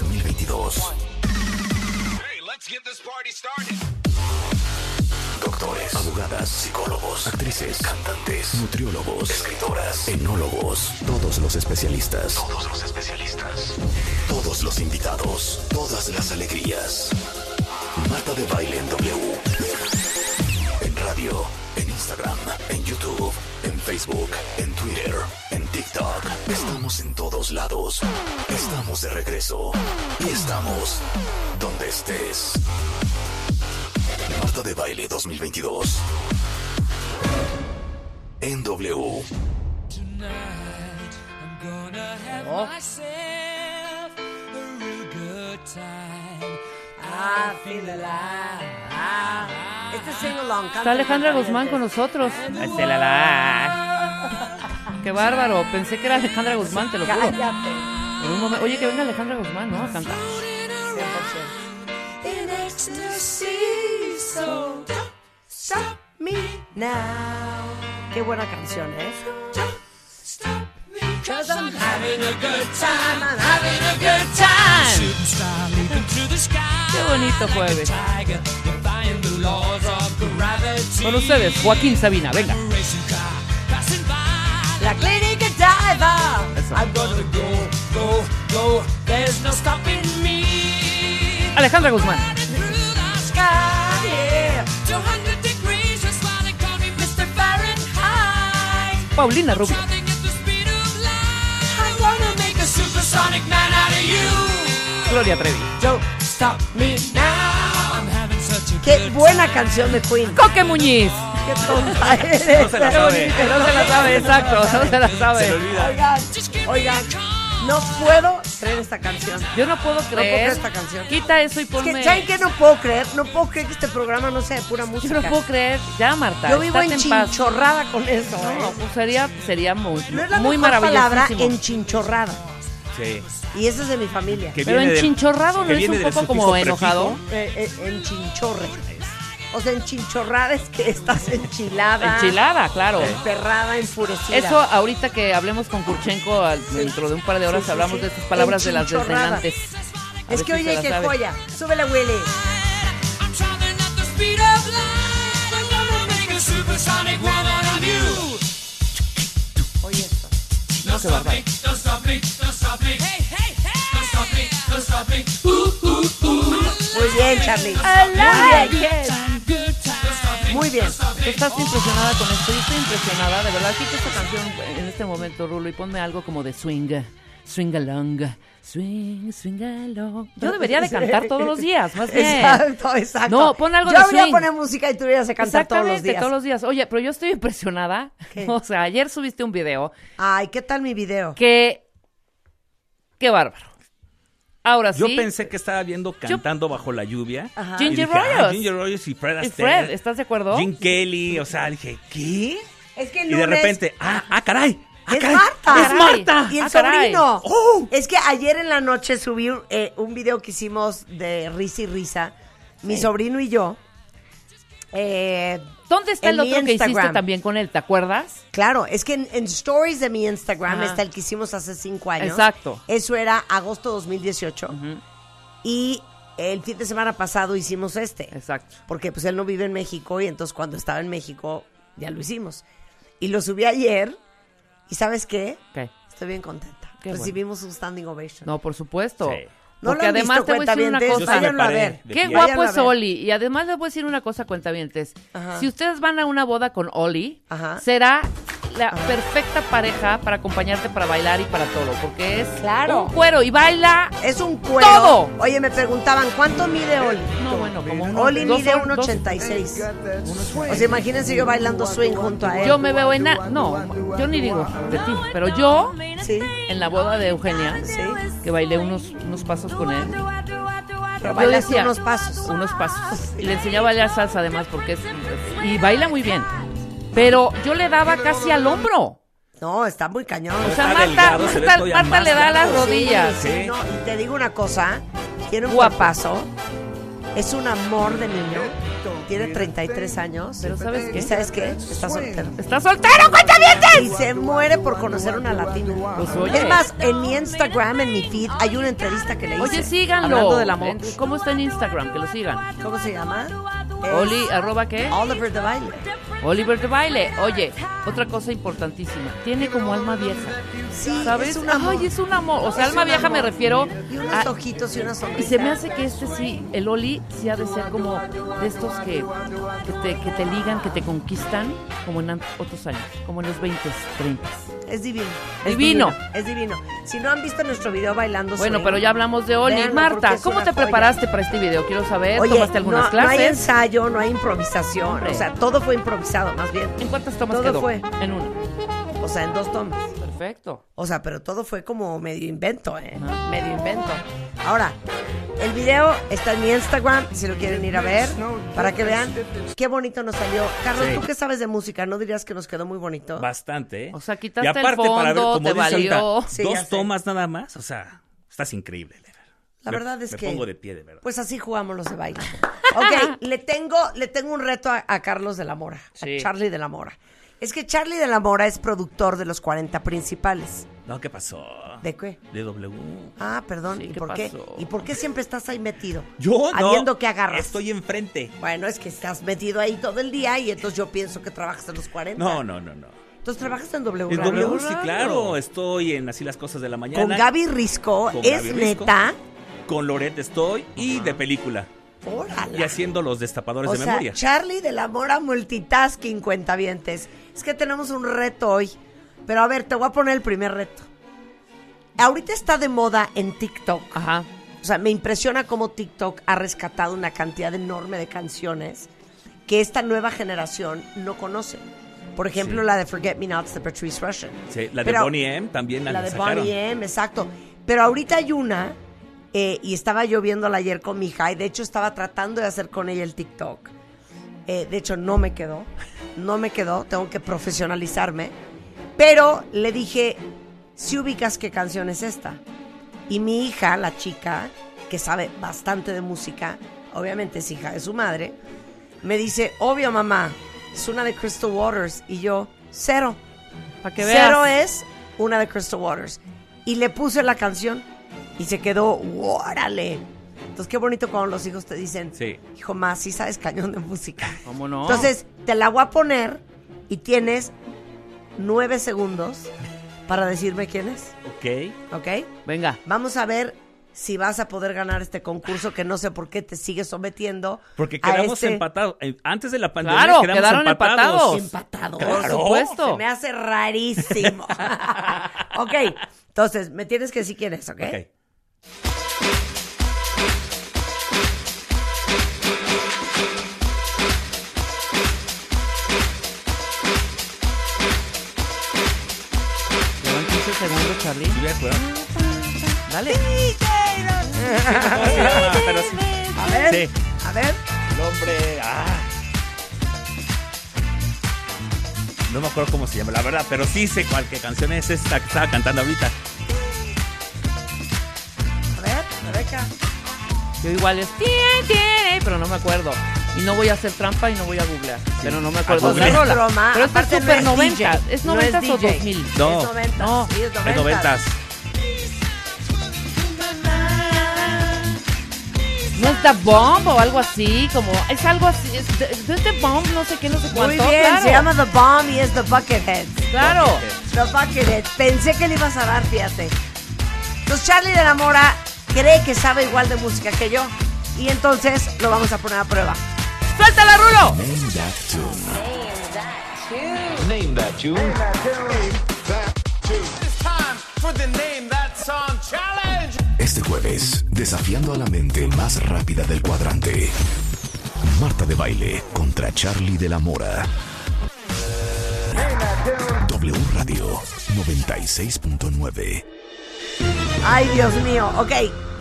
2022. Doctores, abogadas, psicólogos, actrices, cantantes, nutriólogos, escritoras, enólogos, todos los especialistas, todos los especialistas, todos los invitados, todas las alegrías. Marta de baile en W. En radio, en Instagram, en YouTube, en Facebook, en Twitter, en TikTok. Estamos en todos lados. Estamos de regreso y estamos donde estés. Marta de Baile 2022. En W. Tonight, I'm gonna have Oh. myself a real good time. I feel alive. Este sing along. Está Alejandra Guzmán con nosotros. Hacela la. Qué bárbaro. Pensé que era Alejandra Guzmán, te lo juro. Cállate. Por un momen- Oye, que venga Alejandra Guzmán, ¿no? A cantar. 100%. In ecstasy, so don't stop me now. Qué buena canción, ¿eh? Don't stop me. Cause I'm having a good time. I'm having a good time. Shooting star leaping through the sky. Qué bonito like a jueves. tiger, defying the laws of gravity. Con ustedes, Joaquín Sabina, venga. Racing car passing by. La clínica diva. I'm gonna go, go, go. There's no stopping me. Alejandra Guzmán. Riding through the sky, yeah. 200 degrees, that's why they call me Mr. Fahrenheit. Paulina Rubio. Traveling at the speed of light. I'm gonna make a supersonic man out of you. Gloria Trevi. Don't stop me now. I'm having such a Qué good buena canción de Queen. Coque Muñiz. Qué tonta eres. No se la Qué sabe. bonito. No se la sabe, exacto. No se la Se le sabe. olvida. Oigan, oigan, no puedo creer esta canción. Yo no puedo puedo creer creer. esta canción. Quita eso y Es ponme. que, ¿saben qué no puedo creer? No puedo creer que este programa no sea de pura Yo música. no puedo creer. Ya, Marta. Yo vivo estate en paz. enchinchorrada con eso, ¿eh? No, pues sería, sería muy, No es la muy mejor palabra maravillosísimo. enchinchorrada. Sí. Y eso es de mi familia. Que Pero viene del- enchinchorrado que no es viene un del poco como sufijo prefijo. enojado. Eh, eh, enchinchorre. O sea, enchinchorrada es que estás enchilada. Ah. Enchilada, claro. Perrada, enfurecida. Eso ahorita que hablemos con Kurchenko al- dentro de un par de horas Sí, sí, hablamos sí. de estas palabras de las Enchinchorrada. desdenantes. A Es que ver si se oye, las qué sabe. joya. Súbele, Willy. I'm traveling at the speed of light. I'm gonna make a supersonic man out of you. Oye esto. Don't stop me, don't stop me, don't stop me. Hey, hey, hey. Don't stop me, don't stop me. Ooh, ooh, ooh. Muy bien, Charlie. Like Muy bien. it. Muy bien. Estás impresionada con esto, yo estoy impresionada, de verdad. Quita esta canción en este momento, Rulo, y ponme algo como de swing, swing along, swing, swing along. Yo debería de cantar todos los días, más bien. Exacto, exacto. No, pon algo Yo de debería swing. poner música y tú deberías de cantar todos los Exactamente, días. todos los días. Oye, pero yo estoy impresionada. ¿Qué? O sea, ayer subiste un video Ay, ¿qué tal mi video? que... ¡Qué bárbaro! Ahora Yo sí, pensé que estaba viendo cantando bajo la lluvia. Ajá. Y Ginger dije, ah, Rogers. Ginger Rogers y Fred y Astaire. Fred, ¿estás de acuerdo? Jim Kelly, o sea, dije, ¿qué? Es que el Y de lunes- repente, ah, ah, caray. ah, Es caray, Marta. Es Caray. Marta. Y el Ah, caray. sobrino. ¡Oh! Es que ayer en la noche subí un, eh, un video que hicimos de risa y risa, mi sobrino y yo. Eh, ¿Dónde está en el mi otro que hiciste Instagram. también con él? ¿Te acuerdas? Claro, es que en, en stories de mi Instagram Ajá. está el que hicimos hace cinco años. Exacto. Eso era agosto 2018. Y el fin de semana pasado hicimos este. Exacto. Porque pues él no vive en México y entonces cuando estaba en México ya lo hicimos. Y lo subí ayer. ¿Y sabes qué? Ok. Estoy bien contenta. Qué Recibimos un standing ovation. No, por supuesto. Sí. No Porque lo han además visto, te voy a decir una cuentavientes, cosa. Váyanlo a Yo me paré. ver. De Qué pie. guapo Vayan a es ver. Oli. Y además les voy a decir una cosa, cuentavientes. Ajá. Si ustedes van a una boda con Oli, Ajá. será la perfecta pareja para acompañarte para bailar y para todo. Porque es Claro. un cuero y baila. Es un cuero. ¡Todo! Oye, me preguntaban, ¿cuánto mide Oli? No, bueno, como un- Oli dos- mide dos- 1,86. O sea, imagínense yo bailando swing junto a él. Yo me veo en. a- No, yo ni digo de ti. Pero yo, Sí. en la boda de Eugenia, Sí. que bailé unos, unos pasos con él. Pero Yo bailaste decía, unos pasos. Unos pasos. Y le enseñaba a bailar salsa además porque es... Y baila muy bien. Pero yo le daba casi al hombro. No, está muy cañón. O sea, Está Marta, delgado, se ve Marta, todavía Marta más le da a las delgado. rodillas. Sí, sí, Sí. no, y te digo una cosa, tiene un Guapa. guapazo. Es un amor de niño. Tiene 33 años. Pero ¿sabes qué? ¿Y sabes qué? Está soltero. ¡Está soltero, cuentavientes! Y se muere por conocer una latina. Pues, oye. Es más, en mi Instagram, en mi feed, hay una entrevista que le hice. Oye, síganlo. Hablando del amor. Eh, ¿Cómo está en Instagram? Que lo sigan. ¿Cómo se llama? Es Oli, arroba qué? Oliver de Baile. Oliver de baile. Oye, otra cosa importantísima. Tiene como alma vieja. Sí, ¿Sabes? es un amor. Ay, es un amor. O sea, Es alma un vieja me amor. refiero Y unos a, ojitos y una sonrisa. Y se me hace que este sí, el Oli sí ha de ser como de estos que, que, te, que te ligan, que te conquistan, como en an- otros años, como en los 20, 30. Es divino. Divino. Es divino. Si no han visto nuestro video bailando Bueno, swing, pero ya hablamos de Oli. Véanlo, porque Marta, es ¿cómo una te joya. preparaste para este video? Quiero saber, Oye, ¿tomaste no, algunas no hay clases? ensayo, no hay improvisación. Hombre. O sea, todo fue improvisado, más bien. ¿En cuántas tomas Todo quedó? fue. En una. O sea, en dos tomas. Perfecto. O sea, pero todo fue como medio invento, ¿eh? Ajá. Medio invento. Ahora, el video está en mi Instagram, si lo quieren ir a ver, para que vean qué bonito nos salió. Carlos, Sí. ¿tú qué sabes de música? ¿No dirías que nos quedó muy bonito? Bastante. ¿eh? O sea, quitaste y el aparte, para ver, fondo, como te dice ahorita, valió. Sí, ya sé. dos tomas nada más. O sea, estás increíble, Elena. La Me- verdad es me que. pongo de pie, de verdad. Pues así jugamos los de baile. Ok, le tengo, le tengo un reto a, a Carlos de la Mora, Sí. a Charlie de la Mora. Es que Charlie de la Mora es productor de los 40 principales. No, ¿qué pasó? ¿De qué? De W. Ah, perdón, Sí, ¿y ¿qué por qué? pasó? ¿Y por qué siempre estás ahí metido? Yo no. Habiendo que agarras. Estoy enfrente. Bueno, es que estás metido ahí todo el día y entonces yo pienso que trabajas en los 40. No, no, no, no. Entonces trabajas en W. En Radio? W, sí, claro. Estoy en Así las cosas de la mañana. Con Gaby Risco, Con es Gaby Risco. neta. Con Loret estoy y de película. Órale. Y haciendo los destapadores o de sea, memoria. Charlie de la Mora multitasking, cuentavientes. Es que tenemos un reto hoy. Pero a ver, te voy a poner el primer reto. Ahorita está de moda en TikTok. Ajá. O sea, me impresiona cómo TikTok ha rescatado una cantidad enorme de canciones que esta nueva generación no conoce. Por ejemplo, Sí. la de Forget Me Nots de Patrice Russian. Sí, la de Pero- Bonnie M también la, La de sacaron. Bonnie M, exacto. Pero ahorita hay una, eh, y estaba yo viéndola ayer con mi hija, y de hecho estaba tratando de hacer con ella el TikTok. Eh, de hecho, no me quedó. No me quedó, tengo que profesionalizarme. Pero le dije, si ubicas qué canción es esta. Y mi hija, la chica, que sabe bastante de música, obviamente es hija de su madre, me dice, obvio mamá, es una de Crystal Waters. Y yo, cero. Para que veas. Cero es una de Crystal Waters. Y le puse la canción y se quedó, órale. Entonces, qué bonito cuando los hijos te dicen, Sí. hijo más, sí sabes cañón de música. ¿Cómo no? Entonces, te la voy a poner y tienes nueve segundos para decirme quién es, Ok. ¿ok? Venga. Vamos a ver si vas a poder ganar este concurso que no sé por qué te sigues sometiendo. Porque a quedamos este- empatados. Eh, Antes de la pandemia Claro, quedamos quedaron empatados. Empatados. Claro. Por supuesto. Se me hace rarísimo. ok, entonces, me tienes que decir quién es, ¿ok? Ok. Llevan 15 segundos, Charlie. Sí, ¿verdad? Dale. Ah, pero sí. A ver, Sí. a ver. El hombre. ah. No me acuerdo cómo se llama, la verdad, pero sí sé cuál qué canción es esta que estaba cantando ahorita. A ver, Rebeca. Yo igual es. "Tien, tien", Pero no me acuerdo. Y no voy a hacer trampa y no voy a googlear. Pero no me acuerdo de googlear. la rola. Es broma, Pero esto es Ah, aparte no super es 90. DJ, ¿Es no es 90 o DJ. 2000? No. Es 90. No, sí, es 90. Es noventas. ¿No es The Bomb o algo así? Como, es algo así, es, The- es The Bomb, no sé qué, no sé cuánto. Muy bien, claro, se llama The Bomb y es The Buckethead. Claro. The Buckethead. Pensé que le ibas a dar, fíjate. Entonces, Charlie de la Mora cree que sabe igual de música que yo. Y entonces lo vamos a poner a prueba. ¡Suéltala, Rulo! Name that tune. Name that tune. It's time for the Name That Song Challenge! Este jueves, desafiando a la mente más rápida del cuadrante. Marta de baile contra Charlie de la Mora. W Radio 96.9. Ay, Dios mío. Ok,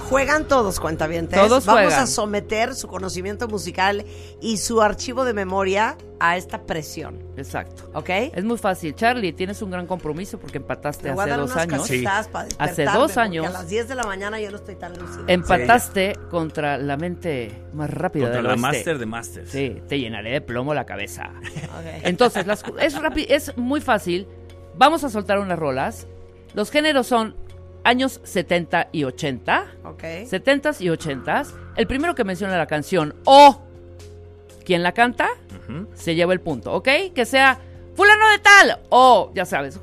Juegan todos, cuentavientes. Todos Vamos juegan. a someter su conocimiento musical y su archivo de memoria a esta presión, Exacto. ¿ok? Es muy fácil. Charlie, tienes un gran compromiso porque empataste Te voy a hace dar dos unas años. cachetas para Hace despertarme, dos porque años. A las 10 de la mañana yo no estoy tan lúcida. Empataste contra la mente más rápida Contra del la oeste. Master de Masters. Sí, te llenaré de plomo la cabeza. Ok. Entonces, las cu- es, rapi- es muy fácil. Vamos a soltar unas rolas. Los géneros son años 70 y 80. Ok. 70s y 80s. El primero que menciona la canción o quien la canta se lleva el punto, ¿ok? Que sea fulano de tal o, ya sabes,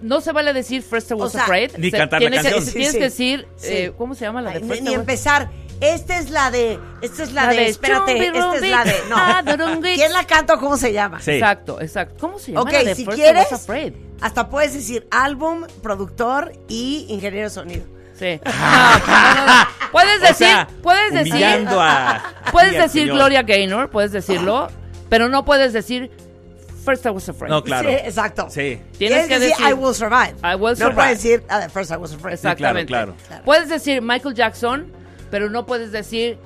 no se vale decir First I O Was sea, Afraid. Ni Se- cantar la tienes que- canción. tienes Sí, sí. que decir, Sí. eh, ¿cómo se llama la de Ay, First ni, I ni Was- empezar. Esta es la de. Esta es la, La de, de Espérate, Chumbi esta es la de. Rumbi, ah, No. Dorungi. ¿Quién la canta o cómo se llama? Sí. Exacto, exacto. ¿Cómo se llama Ok, la de si First I quieres- Was Afraid? Hasta puedes decir álbum, productor y ingeniero de sonido. Sí. No, no, no, no. Puedes O decir, sea, puedes decir, humillando a- puedes aquí al decir señor. Gloria Gaynor, puedes decirlo, pero no puedes decir First I Was Afraid. No, Oh, claro. Sí, exacto. Sí. Tienes que decir I will survive. I will No survive. puedes decir ah, first I was afraid. claro, Exactamente. claro. Claro. Puedes decir Michael Jackson, pero no puedes decir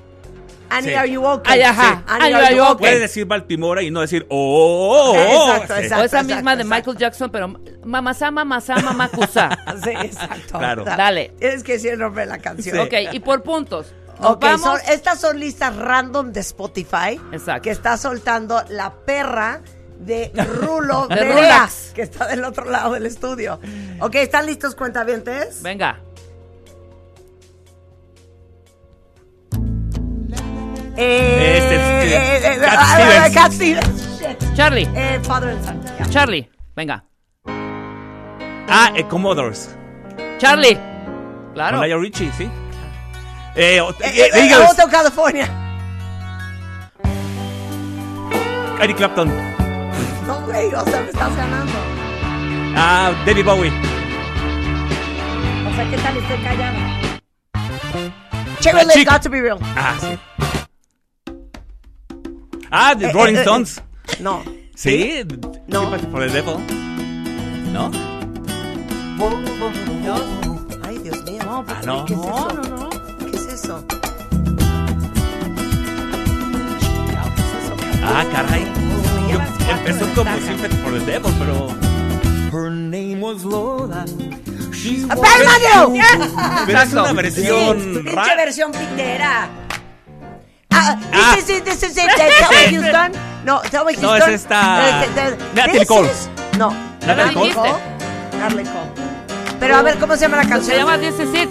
Annie, Sí. are you okay? Ay, ajá. Annie, Ay, are, are you you okay? Puedes decir Baltimora y no decir oh, oh, oh. Ah, Exacto, Sí. exacto. o esa misma de exacto. Michael Jackson, pero mamasa, mamasa, mamacusa. Sí, exacto. Claro. Exacto. Dale. Tienes que decir el nombre de la canción. Sí. ok, y por puntos. Nos Ok, vamos. son- estas son listas random de Spotify. Exacto. Que está soltando la perra de Rulo De Berea, Rulax. que está del otro lado del estudio. Ok, ¿están listos, cuentavientes? Venga. Eh, Este es- eh, eh, Cat ah, Stevens. Cat Stevens. Shit. Charlie, Eh, Father and Son. ya. Charlie, venga. Ah, eh, Commodores. Charlie. Claro. Con Lionel Richie, sí. Eh, o- Eh, eh, eh, Eagles, Hotel California. Eric Clapton. No, güey, o sea, me estás ganando. Ah, David Bowie. O sea, ¿qué tal estoy callada? Chevrolet, Chic. got to be real. Ah, sí. Ah, The Eh, Rolling eh, eh, Stones. No. Sí. No. Sympathy For the Devil. ¿No? pues, Ay, Dios mío. No, Ah, no. ¿Qué es No, eso? no, no. ¿Qué es eso? Ah, caray. Yo empezó como Sympathy for the Devil, pero. Her name was Lola. She's ¡Permanio! Pero es una Ah, Sí, tu versión pinche rara. versión pitera. Ah, Ah. this is it, this is it, eh, Thelma Houston. No, Thelma Houston. No, es esta- No, es- es- Natalie this Cole. is- No. Natalie Cole. Natalie Cole. Pero a ver, ¿cómo se llama la canción? Se llama This Is It.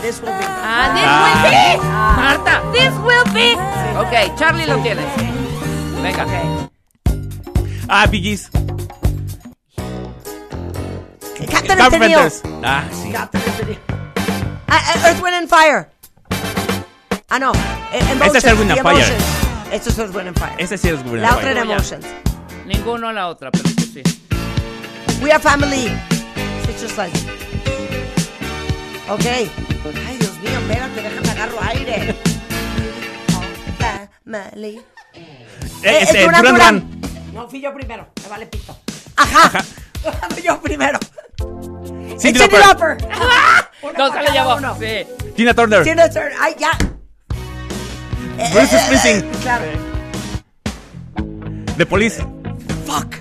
This Will Be. Ah, This Ah. Will Be. Marta, This Will Be. Ok, Charlie lo tienes. Venga. Ah, Bee Gees. Captain Antonio. Carpenters. Ah, sí. Ah, Earth, Wind and Fire. Ah, no. eh, Emotions, es Earth, Wind The and Fire. Emotions. Esto es Earth, Wind and Fire. Ese sí es Eh, bueno. La otra era Fire. Emotions. Ninguno a la otra, pero tú sí. We are family. It's just like. Ok. Ay, Dios mío, espérate, déjame agarro aire. Family. Eh, Eh, Este, Duran Duran Duran. Duran. No, fui yo primero. Me vale pito. Ajá. Fui yo primero. Cindy Cindy Lauper. Lauper. No, se para le cada llevó. uno. Sí. Tina Turner. Tina Turner. Ay, ya. Eh, Bruce eh, Springsteen. eh, Claro. The Police. Fuck.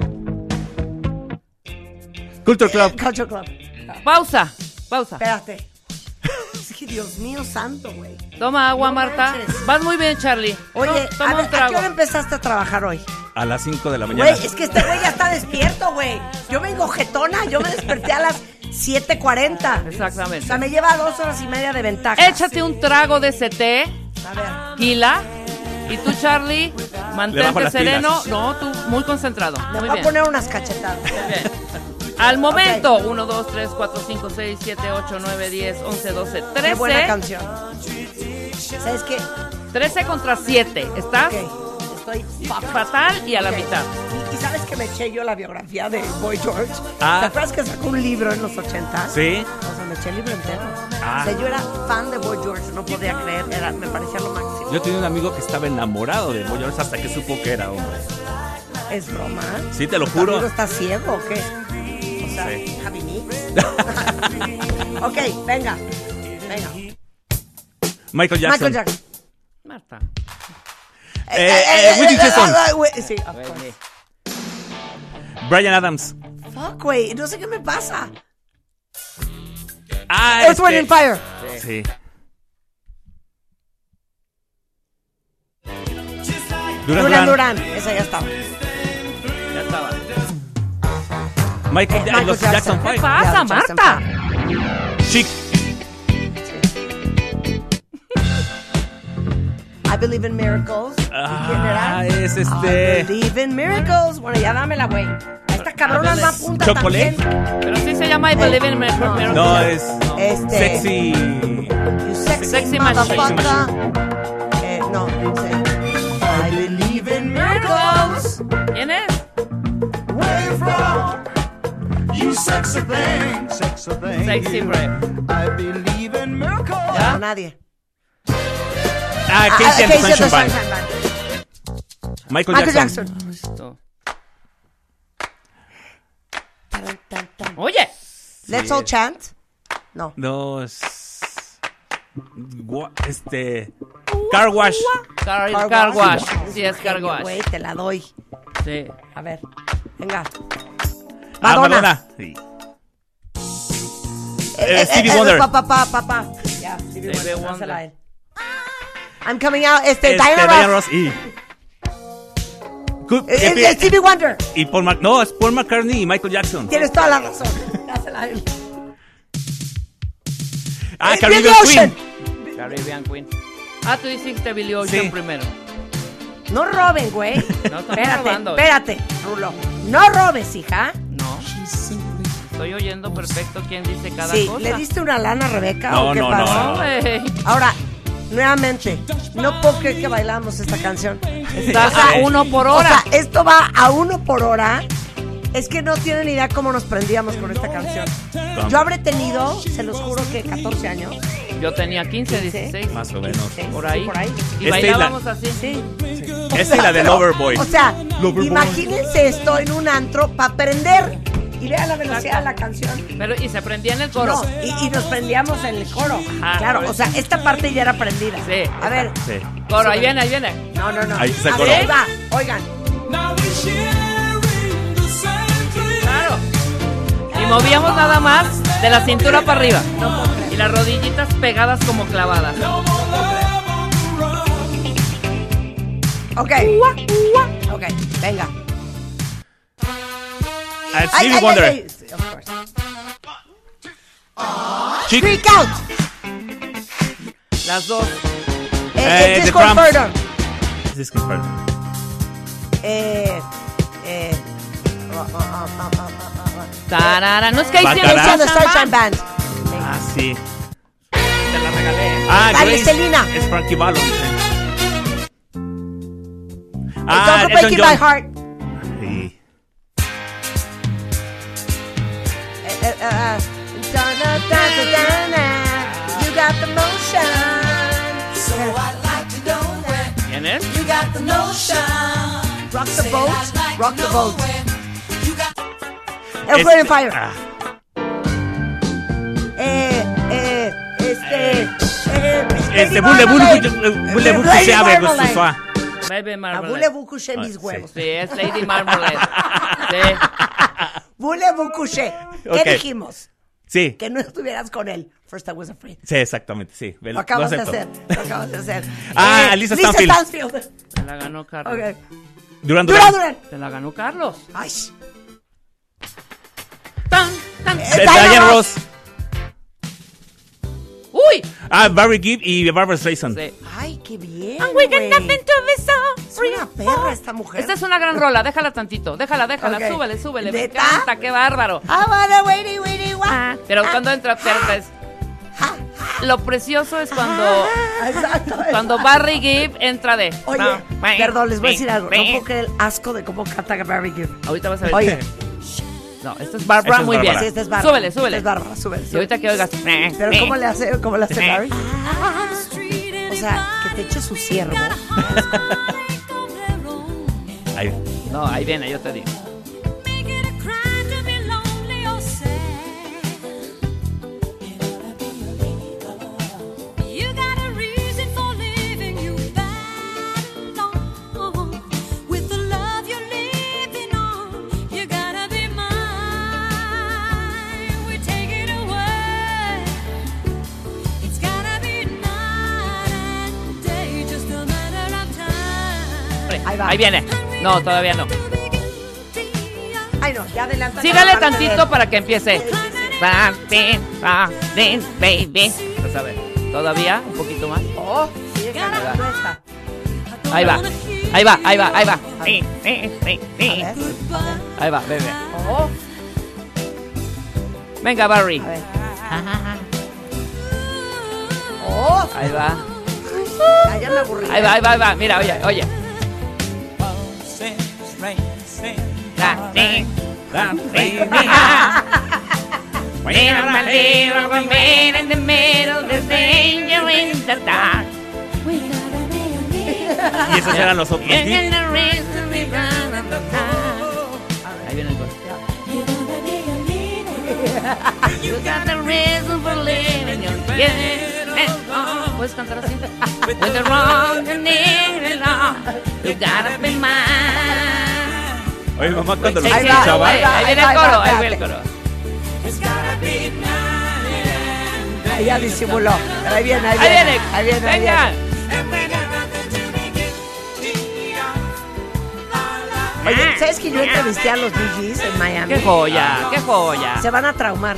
Culture Club. Culture Club. Pausa, pausa. Espérate. Es que Dios mío santo, güey. Toma agua, No Marta. manches. Vas muy bien, Charlie. Oye, No, a toma ver, un ¿a qué trago. hora empezaste a trabajar hoy? A las 5 de la mañana. Güey, es que este güey ya está despierto, güey. Yo vengo jetona, yo me desperté a las 7.40. Exactamente. O sea, me lleva dos horas y media de ventaja. Échate un trago de ese té, A ver, Kila. Y tú, Charlie, bajo mantente las sereno. pilas. No, tú muy concentrado. me Muy voy a bien. poner unas cachetadas. Muy bien. Al momento, 1, 2, 3, 4, 5, 6, 7, 8, 9, 10, 11, 12, Qué buena 13. canción. ¿Sabes qué? 13 contra 7. ¿Estás? Ok, estoy fa- Fatal y a la Ok. mitad. Y, y sabes que me eché yo la biografía de Boy George. Ah. ¿Te acuerdas que sacó un libro en los 80? Sí. O sea, me eché el libro entero. Ah. O sea, yo era fan de Boy George, no podía creer, era- me parecía lo máximo. Yo tenía un amigo que estaba enamorado de Boy George hasta que supo que era hombre. Es broma. Sí, te lo ¿Tu juro. amigo está ciego o qué? O sea, Sí. Javi Mix. ok, venga. Venga. Michael Jackson. Michael Jackson. Marta. Eh, eh, Whitney Houston. ah, ah, güey, Sí, of course. eh. Brian Adams. Fuck, güey. No sé qué me pasa. Ah, Earth, este- Wind and Fire. Sí. Duran Duran Duran. Duran. Esa ya estaba. Ya estaba. Michael, Eh, Ja- los Michael Jackson, Jackson. Five. ¡Pasa, Ya, Jackson Marta! Chic. I believe in miracles. ¿Y ¿Quién Ah, era? es I este. believe in miracles. Bueno, ya dámela, güey. A Esta cabrona no apunta Chocolate. también. Pero sí se llama I Eh, Believe in Mir- Miracles. No, es. Este. Sexy. You sexy, Sexy machine. motherfucker. Eh, no, no sé. I believe in miracles. ¿Quién es? Sexy Breath. No, nadie. Ah, Casey and the Sunshine Band. Michael Michael Jackson. Jackson. Esto. Oye, Let's all chant. No. No, es. Gua- Este. Car Wash. Car, Car car wash. Wash. Sí, es Car Güey, Wash. te la doy. Sí. A ver. Venga. Ah, Madonna. Madonna. Sí. Eh, Eh, eh, Stevie eh, Wonder. Papá, papá, papá. Ya, Stevie Wonder. Wonder. dásela a él. I'm coming out. Este, Este, Diana Diana Ross. Ross y. Good- Eh, eh, eh, Stevie Wonder. y Paul Mac- no, es Paul McCartney y Michael Jackson. Tienes toda la razón. Dásela a él. Ah, eh, Caribbean Billy Ocean. Queen. Caribbean Queen. Ah, tú dijiste Billy Ocean Sí. primero. No roben, güey. No, estamos espérate, robando. espérate, Rulo. No robes, hija. No. Estoy oyendo perfecto quién dice cada Sí, cosa. ¿le diste una lana a Rebeca No, o qué no, pasó? no, No, güey. Ahora, nuevamente, no puedo creer que bailamos esta canción. Está a uno por O hora. sea, esto va a uno por hora. Es que no tienen idea cómo nos prendíamos con esta canción. Yo habré tenido, se los juro que 14 años. Yo tenía 15, 16. Más o menos. ¿eh? Por ahí. Por ahí. Y Esta es bailábamos así. Sí. Esta y la de pero, Loverboy. O sea, Loverboy. imagínense esto en un antro para aprender. Y vean la velocidad de la canción. Pero, y se prendía en el coro. No, y, y nos prendíamos en el coro. Ajá, claro, por o sea, esta parte ya era prendida. Sí. A ver, Sí. Coro, ahí viene, ahí viene. no, no, no. Ahí está el A coro. ver, ahí va, oigan. Claro. Y movíamos nada más de la cintura para arriba. Y las rodillitas pegadas como clavadas. Ok. Ok, venga. Ah, Ay, Stevie ay, Wonder. ay, ay, sí, of course. Chic. Freak out. Las dos. Eh, Eh, eh, The Disco Cramps. Inferno. This is perfect. Eh, eh. ah, ah, ah, ah, ah, ah, ah. Tarara. No es que ahí tiene Bacará. Son The Sunshine Sunshine Band. Band. Ah, sí. Te la regalé. Ah, Dale, Grace Selena. Es Frankie Ballon. sí. Don't go Elton breaking Ah, John. my heart. Sí. Eh, eh, eh, eh. Da, da, da, da, da, da. You got the motion. So I like to know that. ¿Quién es? You got the notion. Rock the boat, rock the boat. You got Earth, Este- Wind and Fire. Ah, Eh, eh, este. Eh, Lady Este, Bule Bule Marmalade. Bule- Bule Eh, Bule Lady se abre con su Marmalade. fa. Baby A Marmalade. Bule Bucuché mis Ah, sí. huevos. Sí, es Lady Marmalade. Sí. Bule Bucuché. ¿Qué Ok. dijimos? Sí. Que no estuvieras con él. First I was afraid. Sí, exactamente, sí. Ve- Lo acabas de acepto. hacer. Lo acabas de hacer. Ah, Eh, Lisa Stanfield. Stanfield. Te la ganó Carlos. Ok. Duran Duran Duran. Duran. Te la ganó Carlos. Ay. Tan, tan. Eh, Diana Diana Ross. Ross. ¡Uy! Ah, Barry Gibb y Barbara Streisand. Sí. Ay, qué bien. And we can güey. tap into this song. Es una perra esta mujer. Esta es una gran rola, déjala tantito, déjala, déjala, Ok. súbele, súbele, me ¿Neta? encanta, qué bárbaro. I wanna waity, waity, wa- Pero ah, cuando entra Perta es- Lo precioso es cuando ah, Exacto. oh. cuando Barry Gibb entra de. Oye, No, bang, perdón, les voy a bing, decir algo. No bing. puedo creer el asco de cómo canta Barry Gibb. Ahorita vas a ver. Oye, No, esto es Barbara, Esto es muy bien. Bárbara. sí, esta es Bárbara. Súbele, Esta súbele. es Bárbara, súbele. Y ahorita que oigas. bing, Pero bing. ¿cómo le hace, cómo le hace Sí. Barry? O sea, que te eche su ciervo. Ahí. No, ahí viene, yo te digo. va. Ahí viene. No, todavía no. Ay, no, ya adelanta. Sígale la parte de tantito él. para que empiece. Something, something, baby. Ya sabes. Todavía un poquito más. Oh, sí, esa no está. Ahí va. Ahí va, ahí va, ahí va. Sí, sí, sí, sí. A ver, Ahí va, bebé. oh, Venga, Barry. a ver. Oh, Ahí va. ya, ya me aburrí. Ahí va, ahí va, ahí va. Mira, oye, oye. Something, something, ah. When I'm a little man in the middle of the danger in the dark. Y esos eran los otros hits. And the rest of me run out of time. Ahí viene el coro. You got the reason for living your best. Oh, ¿Puedes cantar así? With the wrong and near long, you gotta be mine. Oye, mamá, cuando los Ahí va, escuchaba. ¿eh? ahí va. Ahí viene el coro, ahí espérate. viene el coro. Ahí ya disimuló. Pero ahí viene, ahí Ahí viene. viene, Ahí viene, ahí venga. viene. Ah, Oye, ¿sabes que yo entrevisté a los DJs en Miami? Qué joya, qué joya. Se van a traumar.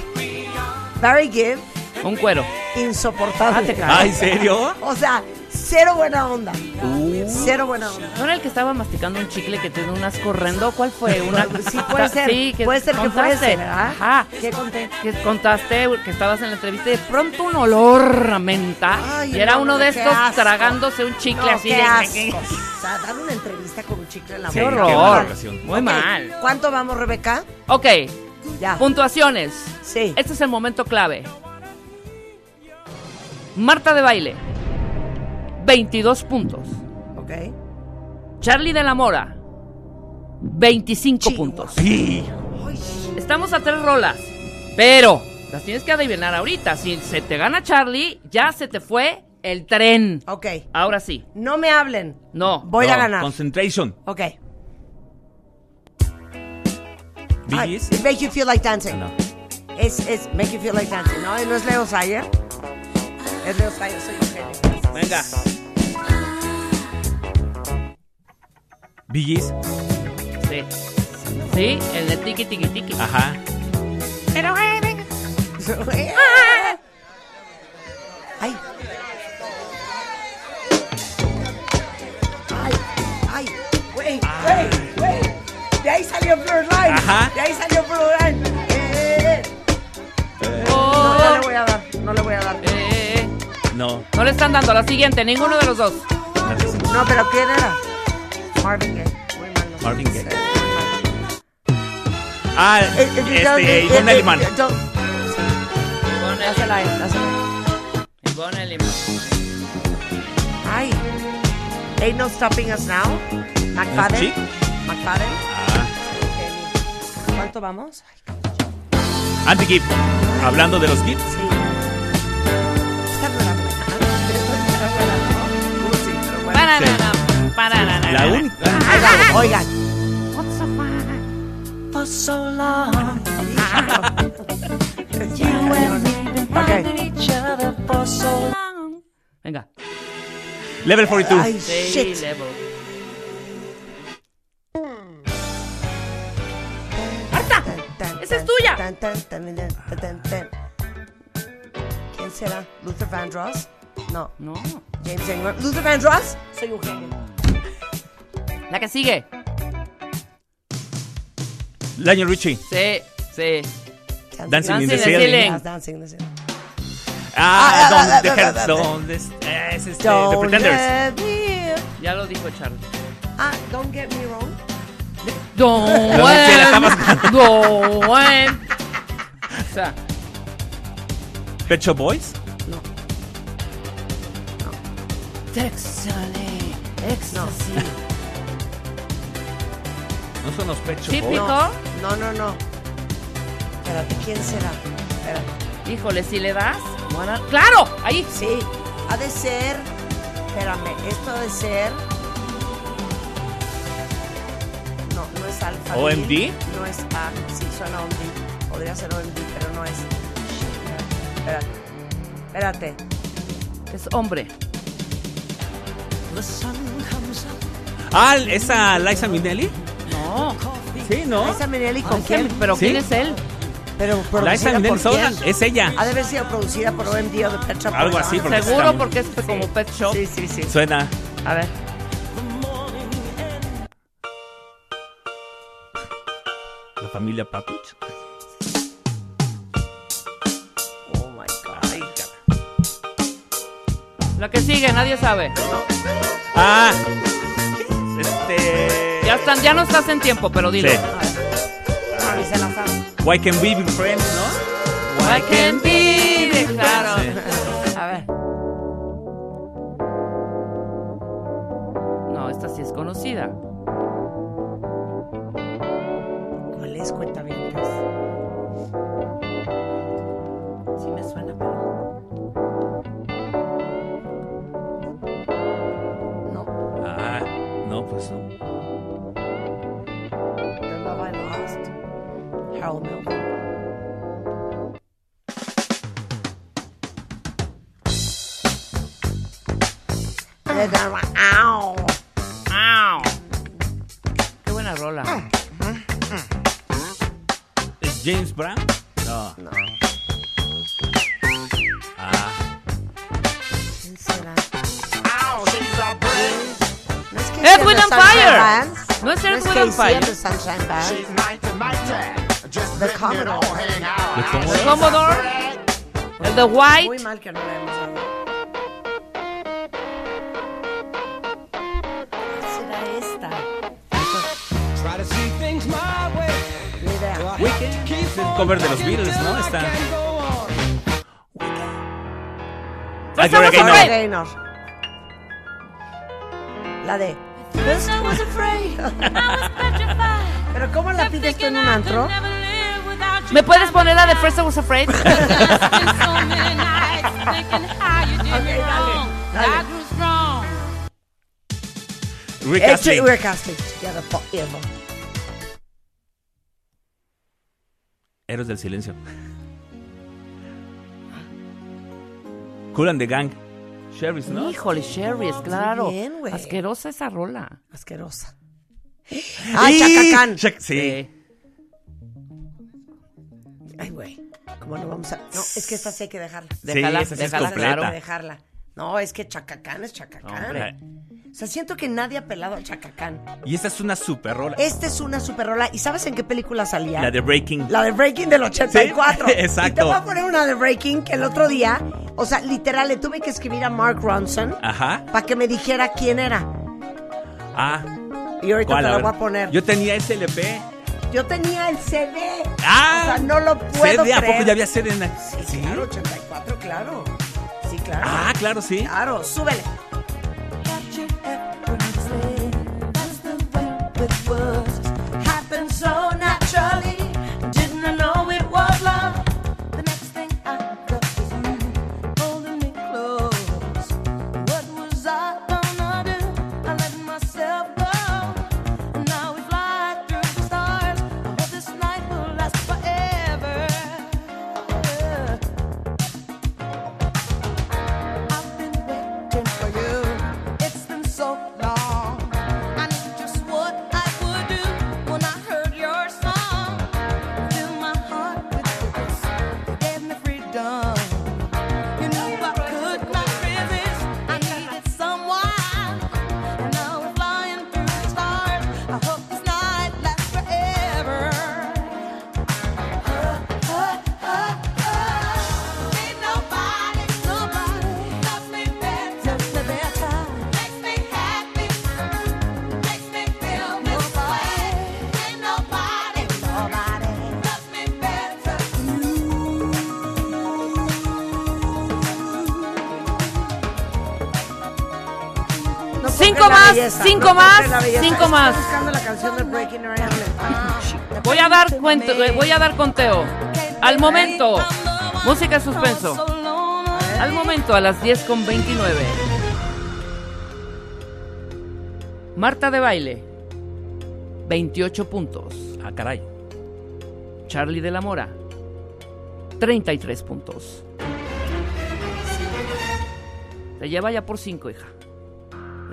Barry Gibb, Un cuero. insoportable. Ah, ¿en serio? Uh, o sea, cero buena onda. Uh. Cero buena onda. ¿No era el que estaba masticando un chicle que tenía un asco horrendo? ¿Cuál fue? Una... Sí, puede ser. Sí, puede ser que contaste. puede ser, ¿verdad? Ajá. ¿Qué conté? ¿ah? que contaste que estabas en la entrevista y de pronto un olor a menta Ay, y era no, uno no, de qué estos asco. tragándose un No, chicle así qué de asco. O sea, dar una entrevista con un chicle en la Sí, qué boca. horror Qué mala muy Ok, mal ¿Cuánto vamos, Rebeca? ok Ya. puntuaciones Sí. este es el momento clave Marta de baile 22 puntos Ok. Charlie de la Mora 25 Chihuahua. puntos Sí. Estamos a tres rolas, pero las tienes que adivinar ahorita. Si se te gana Charlie, ya se te fue el tren. Ok. Ahora sí. No me hablen. No. Voy a No, ganar. Concentration. Ok. Ay, Billys. Make You Feel Like Dancing. No. Es, es Make You Feel Like Dancing, ¿no? ¿No es Leo Sayer? Es Leo Sayer, soy Eugenio. Venga. Billys. Sí. Sí, el de tiki tiki tiki. Ajá. eh, Ay. Ay, ay, güey, güey, güey. De ahí salió Blur Line. Ajá. De ahí salió Blur Line. Eh, eh, No, no le voy a dar, no le voy a dar. Oh, Eh, No. no le están dando a la siguiente, ninguno de los dos. No, pero ¿quién era? Marvin Gaye. Muy malo. Marvin Gaye. Ah, Eh, eh, yo- este, eh, Ivonne eh, Elliman. eh, yo- Y pon el- Dásela a él, dásela. y pon el limón. Ay. Ain't no stopping us now. McFadden. chic? McFadden. Ah, ¿Cuánto vamos? Andy Gibb. Hablando de los Gibbs. Sí. Esta no era buena. Pero esta era buena, ¿no? Uh, sí, pero bueno. Pararara, pararara. Ah. La única. Ahí va, Oigan. Ok. Venga. Level 42. Ay, Sí, shit. level. ¡Esa es tuya! Tan, tan, tan, tan, tan, tan, tan. ¿Quién será? ¿Luther Vandross? No. No. James Ingram. ¿Luther Vandross? Soy un genio. La que sigue. Lionel Richie. Sí, sí. Dancing in Dancing in the the Ceiling. Ceiling. Yes, Dancing in the Ceiling. Ah, ah, ¿dónde? ah, ah, ¿Dónde? Es este, The Don't Pretenders. get me. Ya lo dijo Charlie. Ah, don't get me wrong. Don No, sí, la estabas Don O sea, Pet Shop Boys. Texale, ecstasy. No son los Pet Shop Boys. Típico. No, no, no, no. Espérate, ¿quién será? Espérate. Híjole, si le das. bueno, ¡Claro! Ahí. Sí, ha de ser. Espérame, esto ha de ser. No, no es alfa. OMD? Bill, No es A. Sí, suena OMD. Podría ser OMD, pero no es. Espérate. Espérate. Es hombre. Ah, ¿esa Liza Minnelli? No. Sí, ¿no? Liza Minnelli con ¿Con quién? quién? ¿Pero ¿Sí? quién es él? Pero Liza producida Minnelli por Ah. sola, quién? es ella. Ha de haber sido producida por OMD o de Pet Shop Algo Boys, así, ¿no? porque Seguro está- porque es como Pet Shop. Sí, sí, sí. Suena. A ver. La familia Papuch. Oh my God. Ay, cara. La que sigue, nadie sabe. Ah. Este. Ya, están, ya no estás en tiempo, pero dilo. Sí. No, ni se la sabe. Why can we be friends, ¿no? I can be, claro. A ver. No, esta sí es conocida. ¿Cuál es? Cuentavientes. Sí me suena, pero... No, Ah, no, pues no. The Love I Lost. Harold Melvin. Ow. ¡Au! Qué buena rola. ¿Es James Brown? No. Ah, ¿Quién será? No es que sea Earth, Wind The and Sunshine Fire. Bands. No es Earth, que Wind and sea Fire. The Sunshine Bands. The Commodore. ¿de cómo? The Commodore. El The Muy White. mal que no la hemos hablado. ¿Cuál será esta? Try to see things my way. Ni idea. Wicked. Es el cover de los Beatles, ¿no? Está. Pues estamos Gaynor. afraid. Ahora Gaynor. La de. First I was afraid. Pero ¿cómo la pides tú en un antro? ¿Me puedes poner la de First I Was Afraid? Okay, dale, dale. Actually, Rick Astley. we're casting together forever. Héroes del silencio. Cool and the Gang. Sherry's, ¿no? Híjole, Sherry, es claro. bien, güey. Asquerosa esa rola. Asquerosa. Ay, Chacacán. Chac- sí. Eh, Ay, güey. ¿Cómo no vamos a.? No, es que esta sí hay que dejarla. déjala, esa sí es déjala, completa. Hay que claro. dejarla. No, es que Chacacán es Chacacán. Hombre. O sea, siento que nadie ha apelado al Chacacán. Y esa es una super rola. Esta es una super rola. ¿Y sabes en qué película salía? La de Breaking. La de Breaking del 84. Sí, Y te exacto. voy a poner una de Breaking que el otro día, o sea, literal, le tuve que escribir a Mark Ronson Ajá. para que me dijera quién era. Ah. Y ahorita ¿Cuál? te la ver. voy a poner. Yo, Yo tenía ese LP. tenía el CD. Ah. O sea, no lo puedo CD, ¿A poco creer. ya había CD en la- Sí, claro, 84, claro. Sí, claro. Ah, claro, sí. Claro, súbele. No Cinco toques la más, belleza, cinco no toques más, la belleza. cinco Estoy más. Ah. buscando la canción de Breaking Ah. Around. Voy a dar cuento, eh, voy a dar conteo. Al momento. Música de suspenso. Al momento, a las 10 con 29. Marta de baile. 28 puntos. Ah, caray. Charlie de la Mora. 33 puntos. Te lleva ya por 5, hija.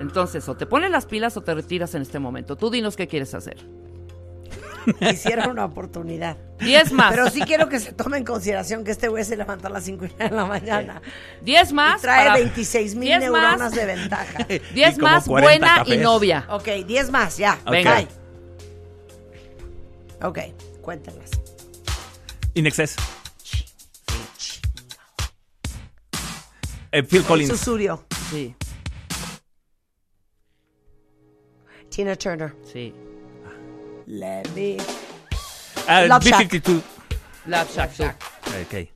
Entonces, o te pones las pilas o te retiras en este momento. Tú dinos qué quieres hacer. Quisiera una oportunidad. Diez más. Pero sí quiero que se tome en consideración que este güey se levantó a las 5 de la mañana. Diez más. Y trae para- 26 mil diez más. neuronas de ventaja. Diez Y como más, 40 buena y cafés. novia. Ok, 10 más, ya. Venga. Bye. Ok, cuéntalas. In Excess. Eh, Phil Collins. Susurio, Sí, Tina Turner. sí. Let me. Ah, Love B52. Love Shack, sí. Ok.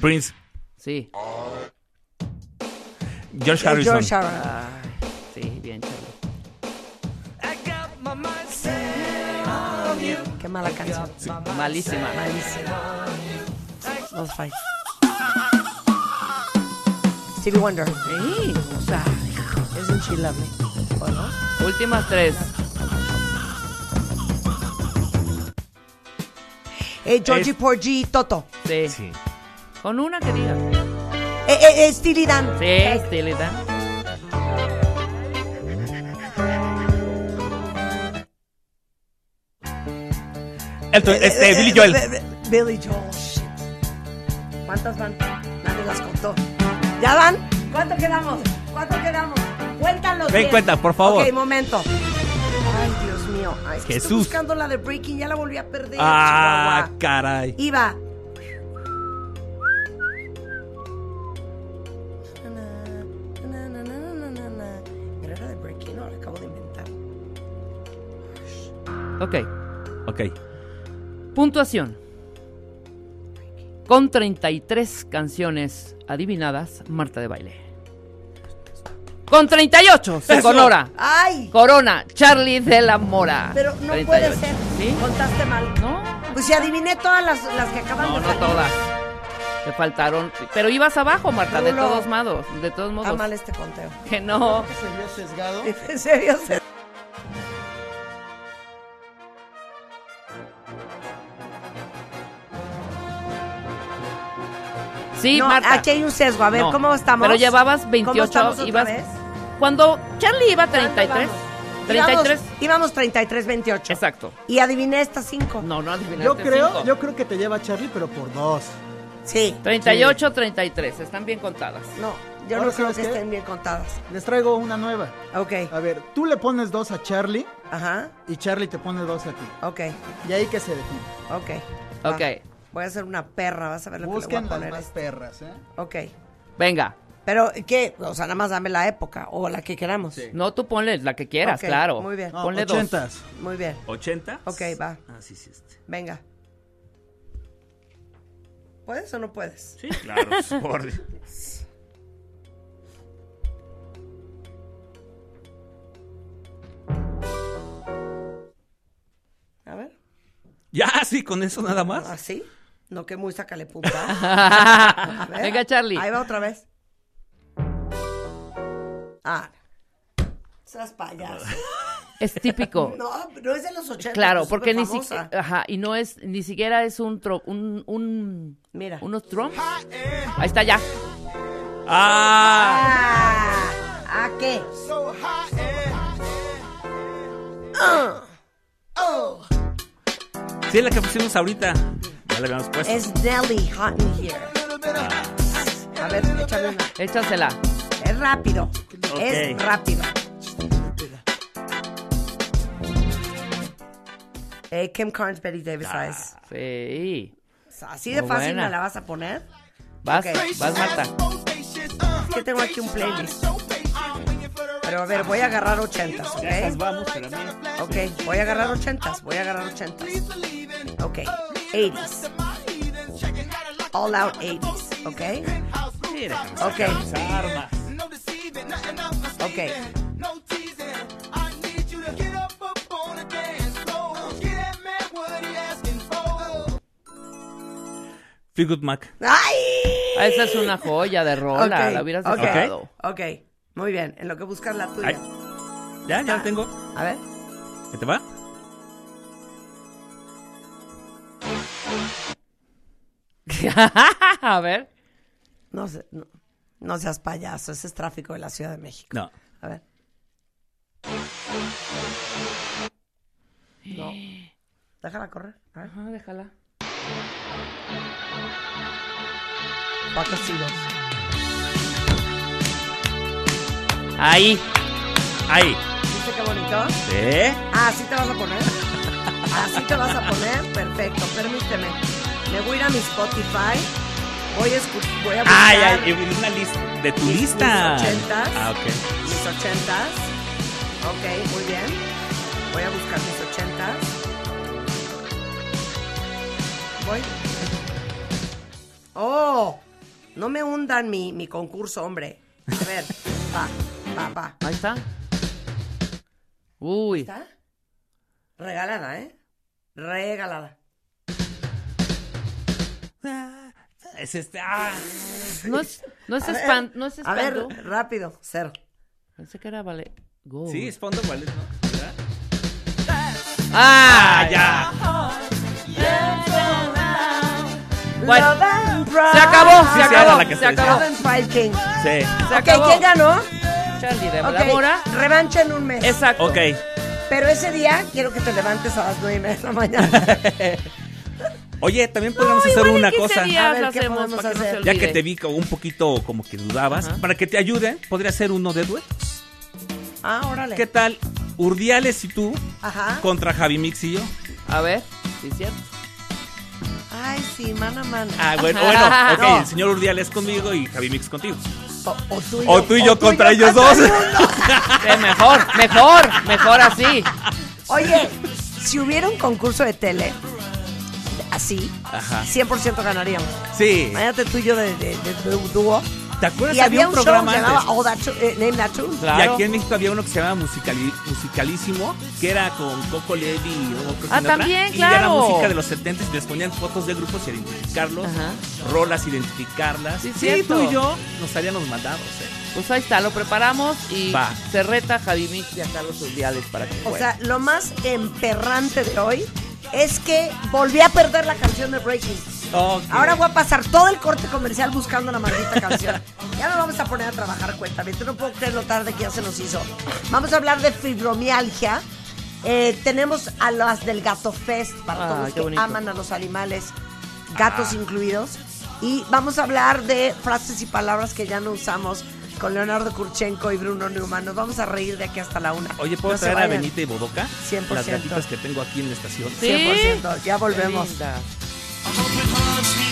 Prince. Sí, George Harrison. Eh, George Harrison. sí, bien, Charlie. Qué mala canción. Malísima. Malísima. Los Five. Stevie Wonder. Sí, o sea, Isn't she lovely? Bueno. últimas tres. Eh, Georgie Porgy Toto. Sí. Sí. Con una que digas. Eh, eh, eh, Steely Dan. Eh, Sí, Steely Dan. Elton, Eh, este, eh, Billy eh, Joel. eh, eh, Billy Joel. shit. ¿Cuántas van? Nadie las contó. ¿Ya van? ¿Cuánto quedamos? ¿Cuánto quedamos? Cuéntanos. Ven, bien. cuenta, por favor. eh, Ok, momento. Ay, Dios mío. Ay, es que Estoy Jesús. buscando la de Breaking, ya la volví a perder. Ah, Chihuahua. caray. Iba. Pero era de Breaking, no, la acabo de inventar. Ok. Ok. Puntuación. Con 33 canciones adivinadas, Marta de baile. Con 38, se conora. ¡Ay! Corona, Charlie de la Mora. Pero no 38. puede ser. ¿Sí? Contaste mal. No, Pues si adiviné todas las, las que acaban no, de no todas. Te faltaron. Pero ibas abajo, Marta, de Rulo. todos modos. De todos Está modos. mal este conteo. Que no. En serio, se- Sí, no, Marta. aquí hay un sesgo. A ver, No. ¿cómo estamos? Pero llevabas 28. ¿Cómo estamos otra ibas- vez? Cuando Charlie iba 33. 33. Íbamos, íbamos 33, 28. Exacto. Y adiviné estas cinco. No, no adivinaste. Yo creo, Este, cinco. yo creo que te lleva Charlie, pero por dos. Sí. 38, 33. Están bien contadas. No, yo no Ahora, creo ¿sabes que qué? estén bien contadas. Les traigo una nueva. Ok. A ver, tú le pones dos a Charlie Ajá. y Charlie te pone dos a ti. Ok. Y ahí que se define. Ok. Va. Ok. Voy a hacer una perra, vas a ver lo Busquen que le las voy a poner. este. más perras, ¿eh? Ok. Venga. Pero, ¿qué? O sea, nada más dame la época o la que queramos. No, tú ponle la que quieras, Ok, claro. muy bien. No, Ponle dos. ochentas. Muy bien. ¿80? Ok, va. Ah, sí, sí, este. Venga. ¿Puedes o no puedes? Sí, claro. por- A ver. ya, sí, con eso nada más. ¿Así? No, que muy sácale punta. A ver. Venga, Charlie. Ahí va otra vez. Ah. Esas payasas. Es típico. No, no es de los 80. Claro, pues, porque ni superfamosa. siquiera, ajá, y no es, ni siquiera es un, tro- un, un- Mira. unos drums. eh. Ahí está ya. Ah, Ah, ¿A qué? sí, la que pusimos ahorita. Ya la habíamos puesto. Es Nelly Hot in Here. Ah. A ver, échame una. Échasela. Es rápido. Ok. Es rápido. Eh, Kim Carnes, Betty Davis Eyes. Sí. Así de Ah. muy fácil buena. me la vas a poner. Vas, Ok. vas, Marta. Es que tengo aquí un playlist. Pero a ver, voy a agarrar ochentas, ¿ok? vamos, pero no. Ok, voy a agarrar ochentas, voy a agarrar ochentas. Ok, 80s. All out 80s, ¿ok? Mira, Ok, arma. ok. Feel Good Mac. ¡Ay! Ah, Esa es una joya de rola. Ok, La hubieras ok, dejado. ok, muy bien. En lo que buscas la tuya. Ay. Ya, Ah. ya la tengo. A ver. ¿Qué te va? A ver. No sé. no. No seas payaso, ese es tráfico de la Ciudad de México. No. A ver. No. Déjala correr. A ver. Ajá, déjala. Cuatro siglos. Ahí. Ahí. ¿Viste qué bonito? ¿Eh? Ah, ¿Así te vas a poner? ¿Así te vas a poner? Perfecto, permíteme. Me voy a ir a mi Spotify. Voy a, escu- voy a buscar Ay, ay, y una lista. De tu Mis- lista. mis ochentas. Ah, ok. mis ochentas. Ok, muy bien. Voy a buscar mis ochentas. Voy. ¡Oh! No me hundan mi, mi concurso, hombre. A ver, va, va, va. Ahí está. Uy. ¿Está? Regalada, ¿eh? Regalada. Es este. Ah. No es, no es A ver, espan- no es A espanto. ver, rápido, cero. Pensé que era vale. Go. Sí, es fondo igual, ¿no? ¿Verdad? Ah, Ah, ya. Bueno, Love and Pride. se acabó, Sí, se sí, era acabó, la que se se decía. Love acabó. and Pride King. Sí. Se Ok, acabó. ¿quién ganó? Charlie de Ok, la Mora. revancha en un mes. Exacto. Ok. Pero ese día quiero que te levantes a las nueve y media de la mañana. Oye, también podríamos hacer Igual en una 15 cosa. días A ver, lo ¿qué hacemos podemos para que no se hacer? Ya que olvide. te vi como un poquito como que dudabas, Ajá. para que te ayude, podría ser uno de duetos. ah, órale. ¿Qué tal? Urdiales y tú Ah. Ajá. contra Javi Mix y yo. A ver, sí, es cierto. Ay, sí, man a man. Ah, bueno, bueno, Ajá. ok, No. el señor Urdiales conmigo y Javi Mix contigo. O, tú O tú y yo contra ellos dos. Sí, mejor, mejor, mejor así. Oye, si hubiera un concurso de tele así, Ajá. 100% ganaríamos. Sí. Imagínate tú y yo de, de- de- de un dúo. ¿Te acuerdas? Y había un, programa show que se antes? llamaba Oh, That Tune- eh, Name That Tune. Y Claro. aquí en México había uno que se llamaba Musicali- Musicalísimo, que era con Coco Levi y luego creo que Ah, en otra. también, Y era claro. música de los 70 y les ponían fotos de grupos y identificarlos, Ajá. rolas, identificarlas. Sí, tú cierto. y yo nos haríamos mandados, ¿eh? Pues ahí está, lo preparamos y Va. se reta Javi Mix y a Carlos Urdiales para que O jueguen. sea, lo más emperrante de hoy es que volví a perder la canción de Breaking. Ok. Ahora voy a pasar todo el corte comercial buscando la maldita canción. Ya nos vamos a poner a trabajar cuenta. No puedo creer lo tarde que ya se nos hizo. Vamos a hablar de fibromialgia. Eh, tenemos a las del Gato Fest para Ah, todos los qué que bonito. aman a los animales, Ah. gatos incluidos. Y vamos a hablar de frases y palabras que ya no usamos con Leonardo Kurchenko y Bruno Neumann. Nos vamos a reír de aquí hasta la una. Oye, ¿puedo No se traer a vayan. Benita y Bodoca? 100%. Las gatitas que tengo aquí en la estación. Sí. 100%. Ya Qué volvemos. linda. I hope it haunts me